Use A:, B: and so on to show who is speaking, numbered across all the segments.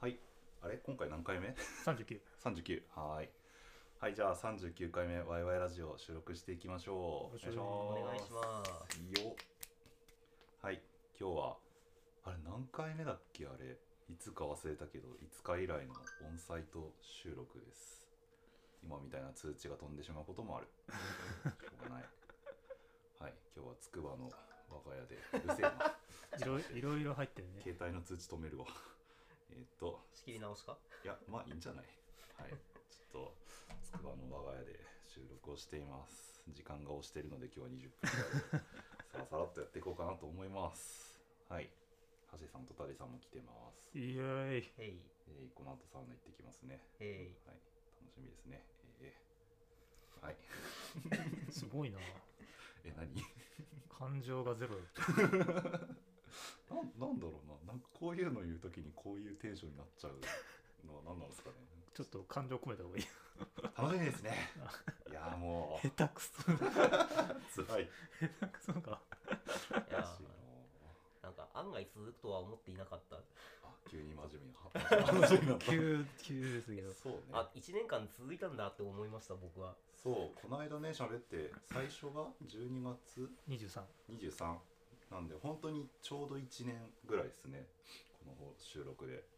A: あれ今回何回目
B: 39
A: ?39 はーいはいじゃあ39回目ワイワイラジオ収録していきましょう
B: お
C: お願いします
A: すよはい今日はあれ何回目だっけあれいつか忘れたけど5日以来のオンサイト収録です今みたいな通知が飛んでしまうこともあ るしょうがないはい今日はつくばの我が家でうるせえ ない
B: ろいろいろ入ってるね
A: 携帯の通知止めるわえーっと
C: 仕切り直しか
A: いやまあいいんじゃない はいちょっとつくばの我が家で収録をしています時間が押しているので今日は20分ぐらいでさらさらっとやっていこうかなと思いますはい橋さんとたりさんも来てます、
B: イエーイ
C: へい
A: えーこの後サウナ行ってきますね
C: へ い
A: はい楽しみですねえーはい
B: すごいな
A: え何 な
B: 感情がゼロ
A: なんだろうななんかこういうの言う時にこういうテンションになっちゃうのは何なんですかね
B: ちょっと感情込めた方がいい
A: 楽しみ ですねいやーもう
B: 下手くそ下
A: 辛い
B: 手くそか
C: いや
A: らしいな
C: ーなんか案外続くとは思っていなかった
A: あ急に真面目な話になった
B: 急急ですけど
A: そうね
C: あ1年間続いたんだって思いました僕は
A: そうこの間ね喋って最初が12月
B: 23
A: 23なんで本当にちょうど1年ぐらいですねこの収録で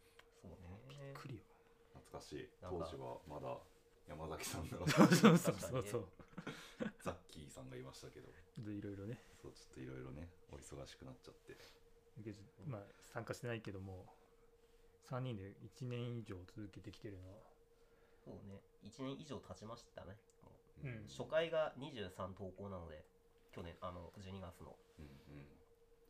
C: そうね
B: クリ
A: 懐かしい
C: なん
A: 当
C: か
A: 時はまだ山崎さんが
B: オそうそうそうそう
A: ザッキーさんがいましたけど
B: でいろいろね
A: そうちょっといろいろねお忙しくなっちゃって
B: まあ参加してないけども3人で1年以上続けてきてるのは
C: そうね1年以上経ちましたね
B: う
C: も
B: ん
C: う初回が23投稿なので去年あの12月の
A: うんうん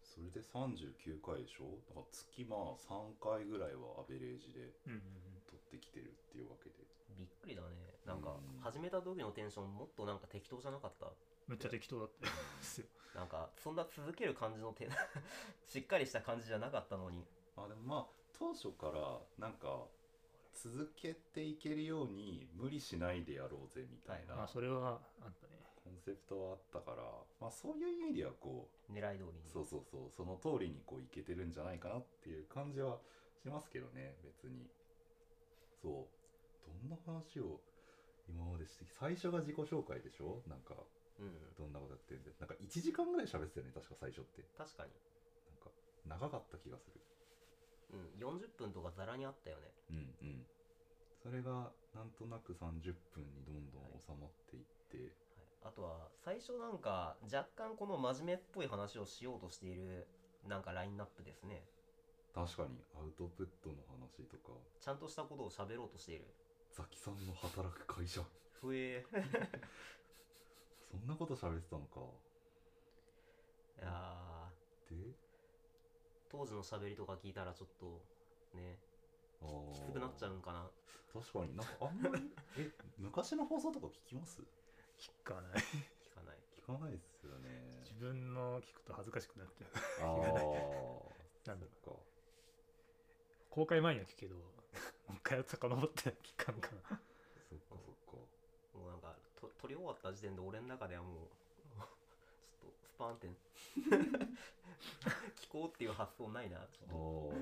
A: それで39回でしょだから月まあ3回ぐらいはアベレージで
B: うん
A: 取ってきてるっていうわけで
C: びっくりだねなんか
A: うん
C: 始めた時のテンションもっとなんか適当じゃなかった
B: めっちゃ適当だったんですよ
C: なんかそんな続ける感じの手 しっかりした感じじゃなかったのに
A: あでもまあ当初からなんか続けていけるように無理しないでやろうぜみたい
B: ま
A: な
B: あそれはあったね
A: コンセプトはあったから、まあ、そういう意味ではこ
C: 狙い通り
A: う
C: に
A: そうそうそうその通りにこういけてるんじゃないかなっていう感じはしますけどね別にそうどんな話を今までして最初が自己紹介でしょなんか
C: うん
A: どんなことやってるんでなんか1時間ぐらい喋ってたよね確か最初って
C: 確かに
A: なんか長かった気がする
C: うん、40分とかざらにあったよね
A: うんうんそれがなんとなく30分にどんどん収まっていって、
C: はいあとは最初なんか若干この真面目っぽい話をしようとしているなんかラインナップですね
A: 確かにアウトプットの話とか
C: ちゃんとしたことを喋ろうとしている
A: ザキさんの働く会社
C: ふえ
A: そんなこと喋ってたのか
C: いや
A: で
C: ー当時の喋りとか聞いたらちょっとね
A: あー
C: きつくなっちゃうんかな
A: 確かになんかあん まりえ昔の放送とか聞きます
B: 聞かない
C: 聞かない
A: 聞かないですよ ね
B: 自分の聞くと恥ずかしくなっちゃう
A: ああ
B: なん
A: そっ
B: だろう
A: か
B: 公開前には聞くけどもう一回遡って聞かんかな
A: そっかそっか
C: もうなんかと撮り終わった時点で俺の中ではもう ちょっとスパーンって 聞こうっていう発想ないなちょっ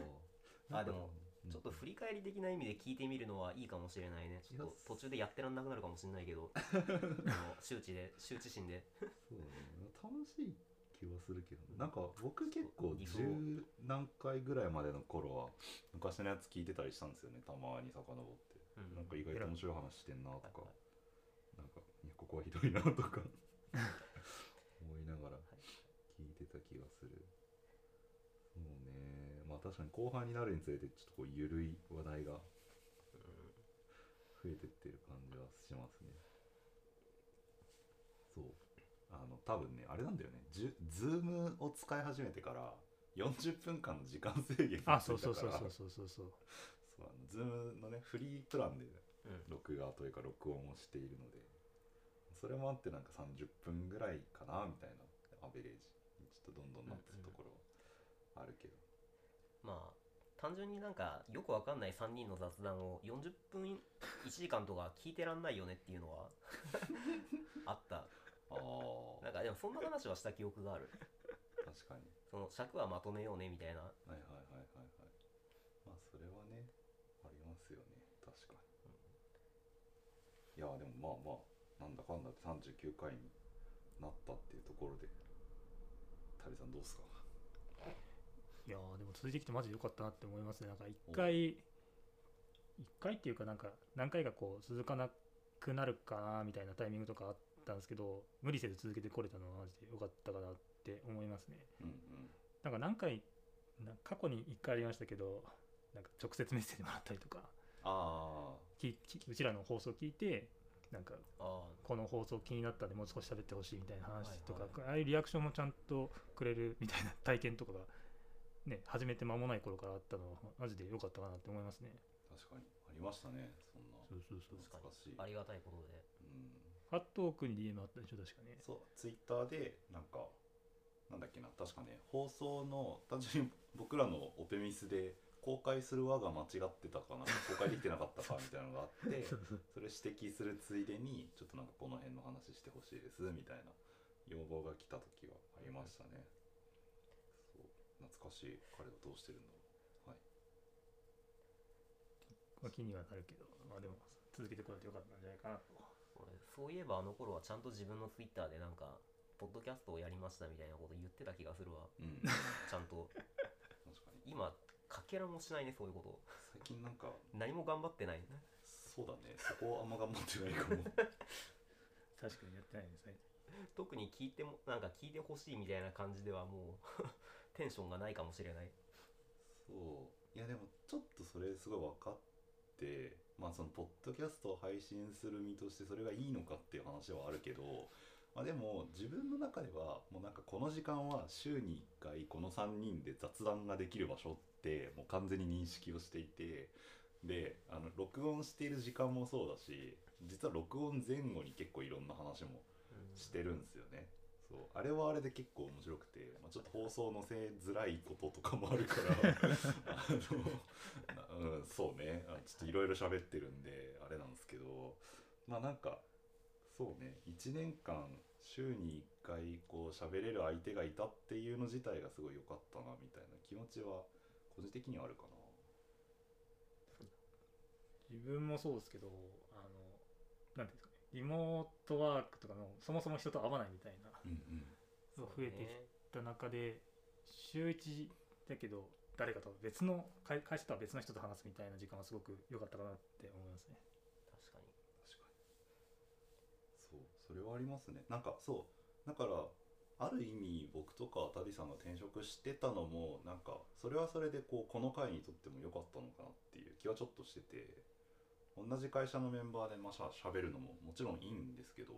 A: あ
C: と
A: ー
C: あでも
A: うん
C: ちょっと振り返り的な意味で聞いてみるのはいいかもしれないねちょっ
A: いや
C: と途中でやってらんなくなるかもしれな いけどあの周知で羞恥心で
A: そうね、楽しい気はするけどねなんか僕結構
C: 理想
A: 十何回ぐらいまでの頃は昔のやつ聞いてたりしたんですよねたまに遡って、
C: うん
A: なんか意外と面白い話してんなとか、
C: はいはい
A: なんかいやここはひどいなとか思いながら聞いてた気がするそうねまあ確かに後半になるにつれてちょっとこう緩い話題が増えてってる感じはしますねそうあの多分ねあれなんだよねズームを使い始めてから40分間の時間制限が
B: あ
A: つい
B: そうそう
A: たか
B: そう
A: ら
B: そうそうそうそう
A: そうあのズームのねフリープランで
C: うん
A: 録画というか録音をしているのでそれもあってなんか30分ぐらいかなみたいなアベレージにちょっとどんどんなってるところはあるけど、
C: まあ単純になんかよくわかんない3人の雑談を40分1時間とか聞いてらんないよねっていう のはあった
A: あ
C: なんかでもそんな話はした記憶がある
A: あ確かに
C: その尺はまとめようねみたいな
A: はいはいはいはいはいまあそれはねありますよね確かにいやでもまあまあなんだかんだで39回になったっていうところでタレさんどうですか
B: いやーでも続いてきてマジで良かったなって思いますねなんか一回一回っていうかなんか何回かこう続かなくなるかなみたいなタイミングとかあったんですけど無理せず続けてこれたのはマジで良かったかなって思いますね
A: うんうん
B: なんか何回な過去に一回ありましたけどなんか直接メッセージもらったりとか
A: ああ
B: ききうちらの放送聞いてなんか
C: あ
B: この放送気になったんでもう少し喋ってほしいみたいな話とか、
C: はい
B: ああいうリアクションもちゃんとくれるみたいな体験とかが ね始めて間もない頃からあったのはマジで良かったかなって思いますね
A: 確かにありましたねそんな
B: そうそうそう
C: 確か
A: 懐かしい
C: にありがたいことで
A: うん
B: ファットオークに DM あったでしょ確かね
A: そうツイッターでなんかなんだっけな確かね放送の単純に僕らのオペミスで公開する輪が間違ってたかな公開できてなかったかみたいなのがあって
B: そうそう
A: それ指摘するついでにちょっとなんかこの辺の話してほしいですみたいな要望が来た時はありましたねそう懐かしい彼はどうしてるんだろうはい
B: まあ気にはなるけどまあでも続けてこれて良かったんじゃないかなと
C: 俺そういえばあの頃はちゃんと自分のツイッターでなんかポッドキャストをやりましたみたいなこと言ってた気がするわ
A: うん確
C: ちゃんと
A: かに
C: 今かけらもしないねそういうこと
A: 最近なんか
C: 何も頑張ってない
A: そうだねそこはあんま頑張ってないかも
B: 確かにやってないですね
C: 特に聞いてもなんか聞いてほしいみたいな感じではもう テンションがないかもしれない
A: そういやでもちょっとそれすごい分かってまあそのポッドキャストを配信する身としてそれがいいのかっていう話はあるけど、まあ、でも自分の中ではもうなんかこの時間は週に1回この3人で雑談ができる場所ってもう完全に認識をしていてであの録音している時間もそうだし実は録音前後に結構いろんな話もしてるんですよね。そうあれはあれで結構面白くて、まあ、ちょっと放送のせづらいこととかもあるから あのなうん、そうねあちょっといろいろ喋ってるんであれなんですけどまあなんかそうね1年間週に1回こう喋れる相手がいたっていうの自体がすごい良かったなみたいな気持ちは個人的にはあるかな。
B: 自分もそうですけどあのなんていうんですかねリモートワークとかのそもそも人と会わないみたいな
A: うんうん、
B: 増えてきてった中で週1だけど誰かと別の会会社とは別の人と話すみたいな時間はすごく良かったかなって思いますね。
C: 確かに
A: 確かにそうそれはありますねなんかそうだからある意味僕とかタディさんが転職してたのもなんかそれはそれでこうこの回にとっても良かったのかなっていう気はちょっとしてて同じ会社のメンバーでまあしゃ喋るのももちろんいいんですけど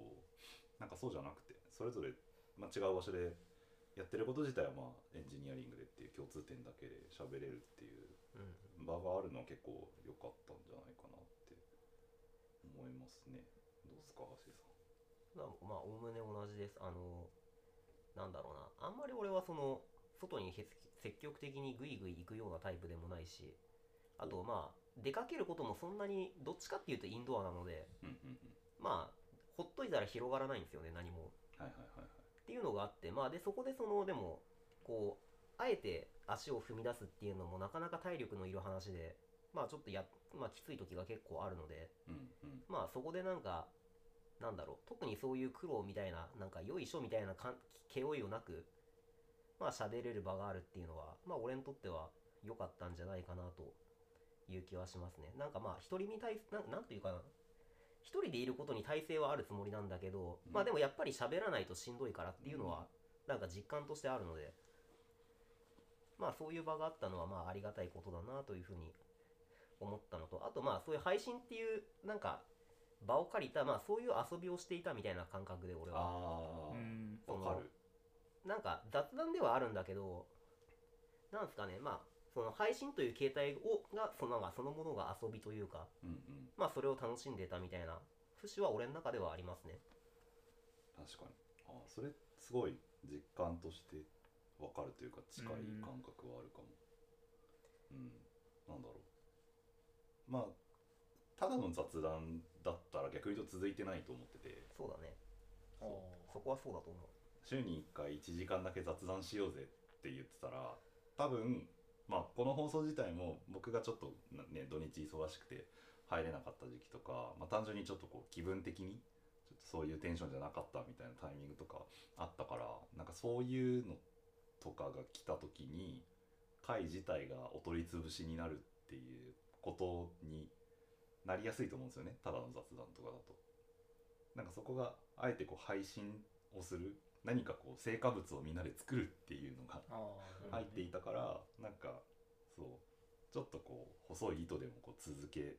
A: なんかそうじゃなくてそれぞれ、まあ、違う場所でやってること自体はまあエンジニアリングでっていう共通点だけで喋れるっていう
C: うん
A: 場があるのは結構良かったんじゃないかなって思いますね。どうですか、橋井さん。
C: まあまあおおむね同じですあのなんだろうなあんまり俺はその外にへ積極的にグイグイ行くようなタイプでもないしあとまあ出かけることもそんなにどっちかっていうとインドアなので
A: うんうんうん。
C: まあほっといたら広がらないんですよね何も
A: はいはいはいはい。
C: っていうのがあってまあでそこでそのでもこうあえて足を踏み出すっていうのもなかなか体力のいる話でまあちょっとや、まあ、きつい時が結構あるので
A: うんうん。
C: まあそこでなんかなんだろう特にそういう苦労みたいななんかよいしょみたいなかん気負いをなくまあ喋れる場があるっていうのはまあ俺にとっては良かったんじゃないかなという気はしますねなんかまあ一人に対すなんなんというかな一人でいることに耐性はあるつもりなんだけど、
A: うん
C: まあでもやっぱり喋らないとしんどいからっていうのはなんか実感としてあるので、まあそういう場があったのはまあありがたいことだなというふうに思ったのとあとまあそういう配信っていうなんか場を借りたまあそういう遊びをしていたみたいな感覚で俺は
A: あ
B: うん
A: あ、わかる。
C: なんか雑談ではあるんだけどなんですかねまあその配信という形態をがそのがそのものが遊びというか
A: うんうん。
C: まあそれを楽しんでたみたいな節は俺の中ではありますね
A: 確かに。ああ、それすごい実感としてわかるというか近い
B: うん
A: 感覚はあるかも。うん。なんだろう。まあ、ただの雑談だったら逆に言うと続いてないと思ってて。
C: そうだね
B: あー
C: そこはそうだと思う
A: 週に1回1時間だけ雑談しようぜって言ってたら多分まあこの放送自体も僕がちょっとなね土日忙しくて入れなかった時期とか、まあ、単純にちょっとこう気分的にちょっとそういうテンションじゃなかったみたいなタイミングとかあったからなんかそういうのとかが来た時に会自体がお取り潰しになるっていうことになりやすいと思うんですよねただの雑談とかだと。なんかそこがあえてこう配信をする何かこう成果物をみんなで作るっていうのが
B: あ
C: ー
A: 入っていたからなんかそうちょっとこう細い糸でもこう続け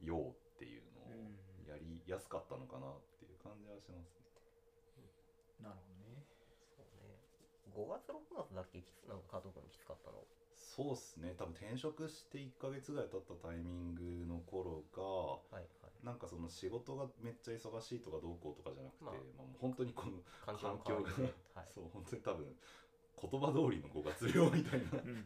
A: ようっていうのをやりやすかったのかなっていう感じはしますね。
B: なるほどね
C: そうね5月6月だっけきつなんか加藤君きつかったの
A: そうっすね多分転職して1ヶ月ぐらい経ったタイミングの頃が
C: はいはい
A: なんかその仕事がめっちゃ忙しいとかどうこうとかじゃなくて、
C: まあ
A: まあ、もう本当にこの、
C: 環境の変わりで、
A: 環境
C: はい、
A: そう本当に多分言葉通りの5月病みたい
B: うん
A: な
B: うんう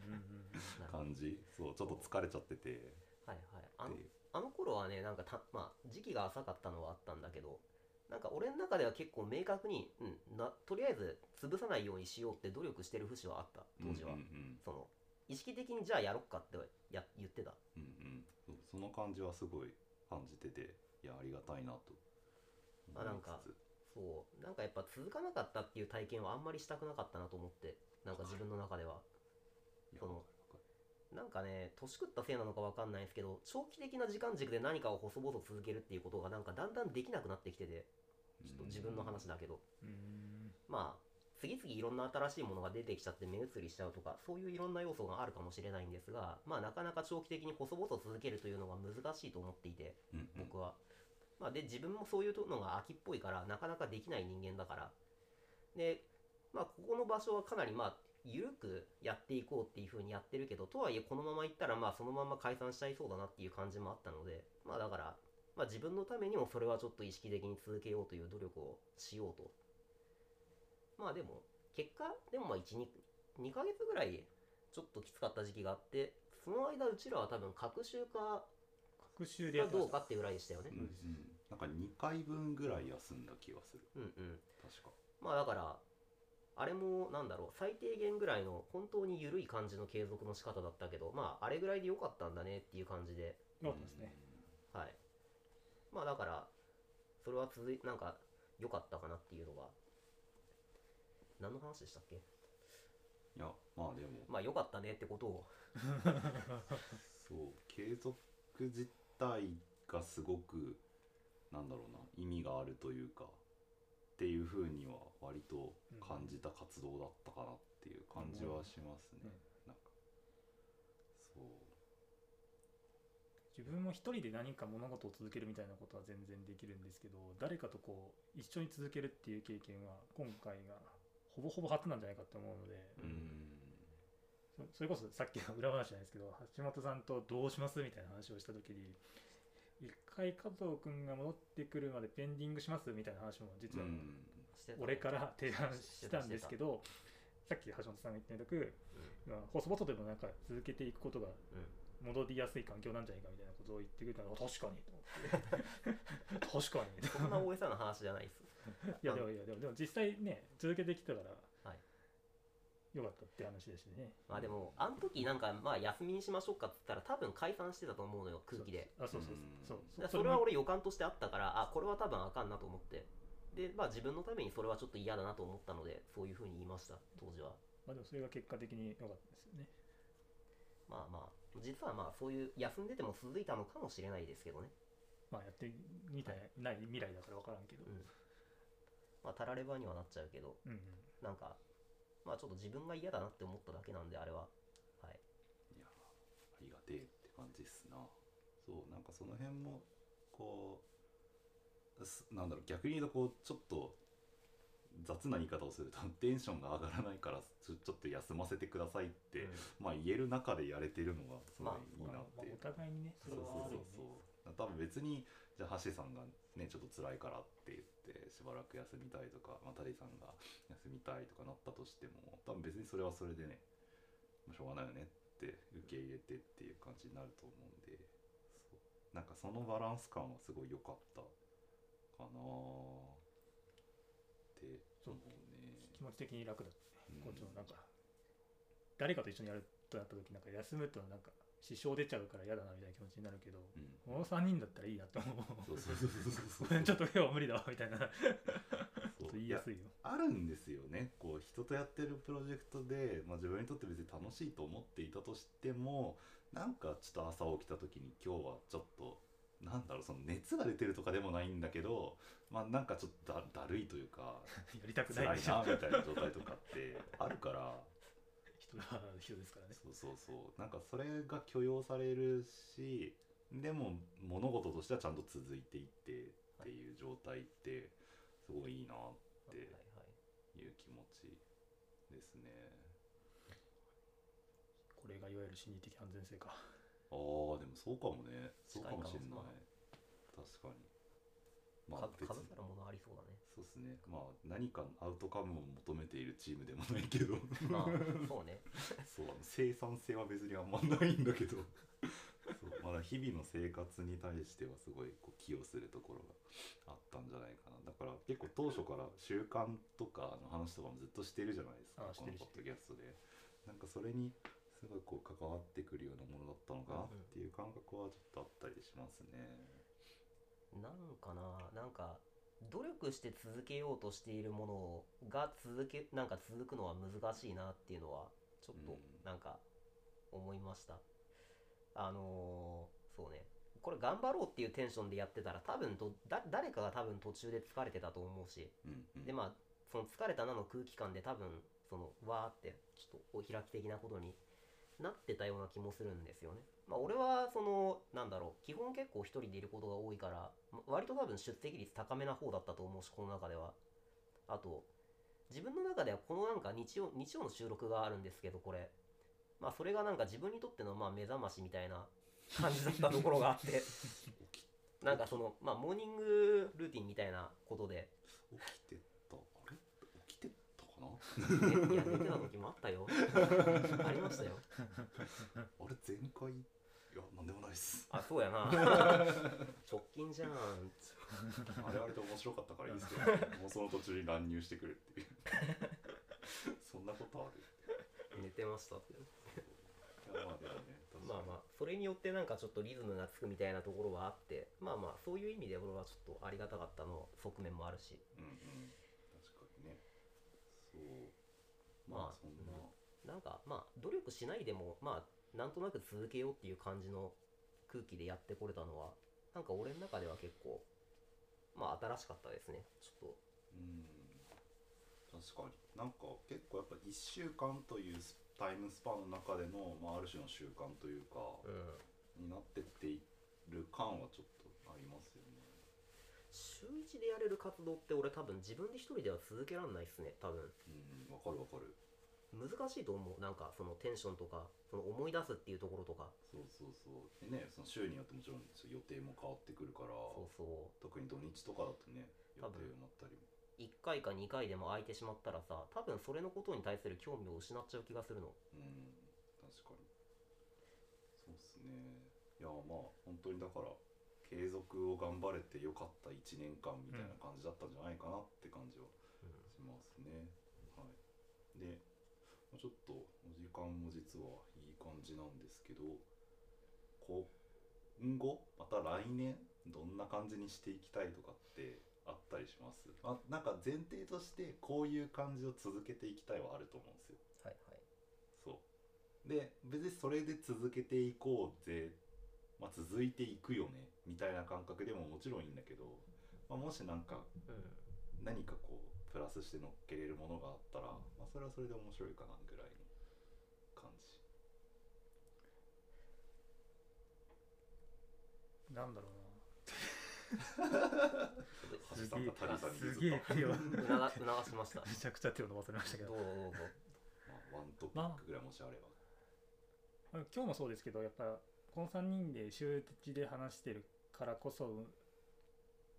B: ん
C: なるほど
A: 感じそうちょっと疲れちゃっててって
C: はいはいあのあの頃はねなんかたまあ時期が浅かったのはあったんだけどなんか俺の中では結構明確に、うん、なとりあえず潰さないようにしようって努力してる節はあった当時は、
A: うんうん
C: その意識的にじゃあやろっかってや言ってた
A: うんうんそうその感じはすごい感じてていやありがたいなと
C: あなんかそうなんかやっぱ続かなかったっていう体験はあんまりしたくなかったなと思ってなんか自分の中ではそのなんかね年食ったせいなのかわかんないんですけど長期的な時間軸で何かを細々続けるっていうことがなんかだんだんできなくなってきててちょっと自分の話だけど、
B: うんうん
C: まあ次々いろんな新しいものが出てきちゃって目移りしちゃうとかそういういろんな要素があるかもしれないんですがまあなかなか長期的に細々続けるというのが難しいと思っていて僕は、まあ、で自分もそういうのが秋っぽいからなかなかできない人間だからでまあここの場所はかなりまあ緩くやっていこうっていう風にやってるけどとはいえこのまま行ったらまあそのまま解散しちゃいそうだなっていう感じもあったのでまあだから、まあ、自分のためにもそれはちょっと意識的に続けようという努力をしようとまあでも結果でもまあ12ヶ月ぐらいちょっときつかった時期があってその間うちらは多分隔週か
B: 復習でや
C: が
B: ってま
C: どう
B: し
C: か
B: た
C: っていうぐらいでしたよね
A: うんうんなんか2回分ぐらい休んだ気がする
C: うんうん
A: 確か
C: まあだからあれもなんだろう最低限ぐらいの本当に緩い感じの継続の仕方だったけどまああれぐらいで良かったんだねっていう感じで
B: よかったですね
C: はいまあだからそれは続いなんか良かったかなっていうのが何の話でしたっけ
A: いやまあでも
C: まあ良かったねってことを
A: そう継続自体がすごくなんだろうな意味があるというかっていうふうには割と感じた活動だったかなっていう感じはしますね、
B: うん
A: なんかそう
B: 自分も一人で何か物事を続けるみたいなことは全然できるんですけど誰かとこう一緒に続けるっていう経験は今回がほぼほぼ初なんじゃないかと思うので、
A: うん
B: そそれこそさっきの裏話じゃないですけど橋本さんとどうしますみたいな話をした時に一回加藤君が戻ってくるまでペンディングしますみたいな話も実は
A: うん
C: してた
B: 俺から提案したんですけど、さっき橋本さんが言ったみたくまあ細々でもなんか続けていくことが
C: うんうん
B: 戻りやすい環境なんじゃないかみたいなことを言ってくれたの確かにと思って確か に
C: そんな大げさな話じゃないです
B: いやでもいやでもでも実際ね続けてきたから、
C: はい
B: よかったって話でしたね
C: まあでもあの時なんかまあ休みにしましょうかって言ったら多分解散してたと思うのよ空気で
B: あそうそう
A: うん
B: そう
C: だからそれは俺予感としてあったからあこれは多分あかんなと思ってでまあ自分のためにそれはちょっと嫌だなと思ったのでそういうふうに言いました当時は
B: まあでもそれが結果的に良かったですよね。
C: まあまあ実はまあそういう休んでても続いたのかもしれないですけどね
B: まあやってみたいない未来だから分からんけど
C: う。んまあたらればにはなっちゃうけど
B: うんうん。
C: なんかまあちょっと自分が嫌だなって思っただけなんであれははい
A: いやありがてえって感じっすなそうなんかその辺もこうすなんだろう逆に言うとこうちょっと雑な言い方をするとテンションが上がらないからちょちょっと休ませてくださいって、まあ言える中でやれてるのがすごい
C: まあ
A: いいなっ
B: ま
A: て
B: あ
A: いう
B: お互いにね、そ
A: そう
B: れ
A: そう
B: はあ
A: そ
B: るよ
A: う
B: ね。
A: そう多分別にじゃあ橋さんがねちょっと辛いからって言ってしばらく休みたいとか、まあ、タリさんが休みたいとかなったとしても多分別にそれはそれでねまあしょうがないよねって受け入れてっていう感じになると思うんでそうなんかそのバランス感はすごい良かったかなーって思うね。
B: 気持ち的に楽だったね。
A: うん
B: こっちもなんか、誰かと一緒にやるとなった時なんか休むとなんか支障出ちゃうから嫌だなみたいな気持ちになるけど
A: うん
B: この3人だったらいいなと思
A: そううそうそうそうそう
B: ごめんちょっ
A: と
B: と今日は無理だわみたいなちょっと言いやすいよ
A: あるんですよねこう人とやってるプロジェクトで、まあ、自分にとって別に楽しいと思っていたとしてもなんかちょっと朝起きた時に今日はちょっとなんだろうその熱が出てるとかでもないんだけどまあなんかちょっとだだるいというか
B: やりたく
A: 辛い
B: な
A: ないみ
B: でしょ
A: たいな状態とかってあるから
B: 人が人ですからね
A: そうそうそうなんかそれが許容されるしでも物事としてはちゃんと続いていってっていう状態ってすごいいいなって
C: はいはい
A: いう気持ちですね。
B: これがいわゆる心理的安全性か
A: あーでもそうかもねそうかもしれ
C: 近
A: な
C: いか
A: い
C: も
A: 確かにまあ
C: か
A: 別に
C: 数えたらものありそう だね
A: そうですねまあ何かアウトカムを求めているチームでもないけど
C: まあそうね
A: そうあの生産性は別にあんまないんだけどそうまだ日々の生活に対してはすごいこう寄与するところがあったんじゃないかなだから結構当初から習慣とかの話とかもずっとしてるじゃないですか
B: あ
A: こ
B: して
A: の
B: る
A: ポッドキャストでなんかそれにすごいこう関わってくるようなものだったのかなっていう感覚はちょっとあったりしますね
C: なんかななんか努力して続けようとしているものが続けなんか続くのは難しいなっていうのはちょっ
A: う
C: と
A: ん
C: なんか思いました、あのーそうねこれ頑張ろうっていうテンションでやってたら多分とだ誰かが多分途中で疲れてたと思うし
A: うんうん
C: でまあその疲れたなの空気感で多分そのわーってちょっとお開き的なことになってたような気もするんですよね。まあ俺はそのなんだろう基本結構一人でいることが多いからま割と多分出席率高めな方だったと思うしこの中では。あと自分の中ではこのなんか日曜日曜の収録があるんですけどこれまあそれがなんか自分にとってのまあ目覚ましみたいな感じだったところがあってなんかそのまあモーニングルーティンみたいなことで
A: 起きてたあれ起きてたかな
C: ねいや、寝てた時もあったよ。ありましたよ。
A: あれ前回いやなんでもないっす
C: あ、そうやな。直近じゃん。
A: あれあれで面白かったからいいですけど、もうその途中に乱入してくるっていう。そんなことある
C: 寝てましたって。
A: いやまあでもね、確
C: まあ
A: かに
C: まあ、それによってなんかちょっとリズムがつくみたいなところはあって、まあまあ、そういう意味で俺はちょっとありがたかったの側面もあるし、
A: うんうん。確かにね。そう。
C: ま
A: ま
C: あ
A: あそんな。
C: なんかまあ、努力しないでも、まあ、なんとなく続けようっていう感じの空気でやってこれたのは、なんか俺の中では結構、まあ新しかったですね。ちょっと、
A: うん。確かに。なんか結構やっぱ1週間というスタイムスパンの中での、まあ、ある種の習慣というか、
C: うん。
A: になってっている感はちょっとありますよね。
C: 週一でやれる活動って俺多分自分で一人では続けらんないっすね多分
A: うん、わかるわかる。
C: 難しいと思うなんかそのテンションとかその思い出すっていうところとか
A: そうそうそう。でね、その週によってもちろん予定も変わってくるから。
C: そうそう
A: 特に土日とかだとね予
C: 多
A: 定
C: 分
A: 埋まったりも
C: 1回か2回でも空いてしまったらさ多分それのことに対する興味を失っちゃう気がする
A: う
C: の
A: ん確かにそうっすねいやまあ本当にだから継続を頑張れてよかった1年間みたいな感じだったんじゃないかなって感じは
C: うん
A: しますね、はいでまあちょっとお時間も実はいい感じなんですけどこう今後また来年どんな感じにしていきたいとかってあったりしますあなんか前提としてこういう感じを続けていきたいはあると思うんですよ
C: はい
A: そうで別にそれで続けていこうぜ、まあ、続いていくよねみたいな感覚でももちろんいいんだけど、まあ、もしなんか
C: はい、うん、
A: 何かこうプラスして乗っけれるものがあったら、まあ、それはそれで面白いかなぐらいの感じ
B: なんだろう
A: 橋
B: な
A: さんが谷さんに
B: す
A: 譲
B: げ
A: っ
B: え
A: た、
B: 手をめ
C: 促促しま した
B: ちゃくちゃ手を伸ばされましたけど
C: どうぞどうぞ
A: まあ、ワントピックぐらいもしあれば、
B: まあ今日もそうですけどやっぱこの3人で週1で話してるからこそ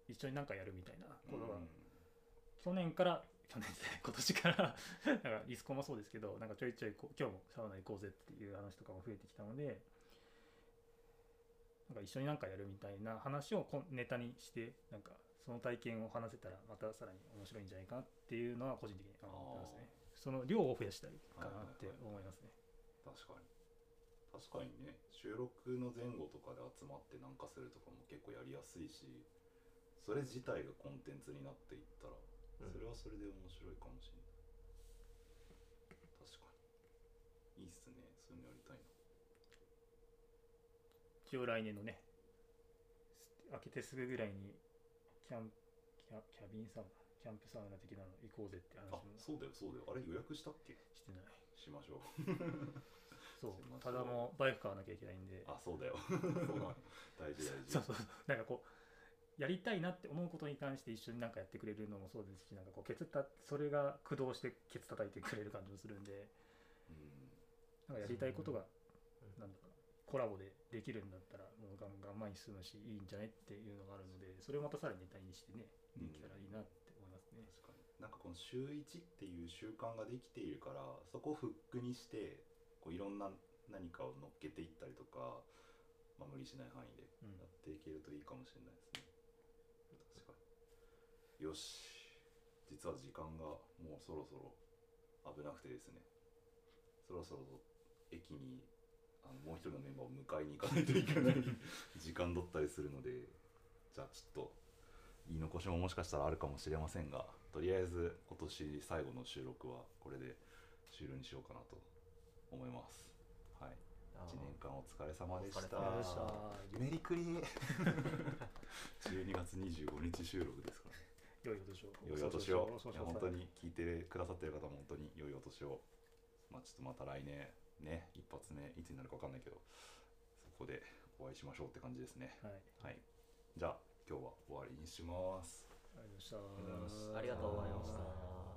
B: 一緒に何かやるみたいなことが、
A: うん
B: 去年から去年で 今年からなんかリスコもそうですけどなんかちょいちょいこう今日もサウナ行こうぜっていう話とかも増えてきたのでなんか一緒に何かやるみたいな話をこんネタにしてなんかその体験を話せたらまたさらに面白いんじゃないかなっていうのは個人的に思ってますねその量を増やしたいかなって思いますね
A: 確かに確かにね収録の前後とかで集まってなんかするとかも結構やりやすいしそれ自体がコンテンツになっていったら
C: うん
A: それはそれで面白いかもしれない、確かにいいっすねそういうのやりたいな
B: 一応来年のね開けてすぐぐらいにキャンキャキャビンサウナキャンプサウナ的なの行こうぜって
A: あ
B: 話も
A: そうだよそうだよあれ予約したっけ
B: してない
A: しましょう
B: そう
A: すいません
B: ただもうバイク買わなきゃいけないんで
A: あそうだよ
C: そうだね
A: 大事大事
B: そうそうそうなんかこうやりたいなって思うことに関して一緒になんかやってくれるのもそうですしなんかこうケツたそれが駆動してケツ叩いてくれる感じもするんで
A: うん
B: なんかやりたいことが
C: うん
B: なんだろうなコラボでできるんだったらもうガンガン前に進むしいいんじゃないっていうのがあるのでそれをまたさらにネタにしてねできたらいいなって思いますね。
A: 確かになんかこの週1っていう習慣ができているからそこをフックにしてこういろんな何かを乗っけていったりとか、まあ、無理しない範囲で
B: うん
A: やっていけるといいかもしれないですね確かによし実は時間がもうそろそろ危なくてですねそろそろ駅にあのもう一人のメンバーを迎えに行かないといけない 時間だったりするのでじゃあちょっと言い残しももしかしたらあるかもしれませんがとりあえず今年最後の収録はこれで終了にしようかなと思いますはい
C: あー
A: 1年間お疲れ様でし
C: お疲れ様
A: た
C: でした
A: メリクリ12月25日収録ですからね
B: 良いお年を。
A: 良いお年を
B: そうそうそう
A: いや本当。に聞いてくださってる方も本当に良いお年をまあちょっとまた来年ね一発目いつになるか分かんないけどそこでお会いしましょうって感じですね
B: はい。
A: はいじゃあ今日は終わりにします
B: ありがとうございました
A: ありがとうございました
C: ありがとうございました。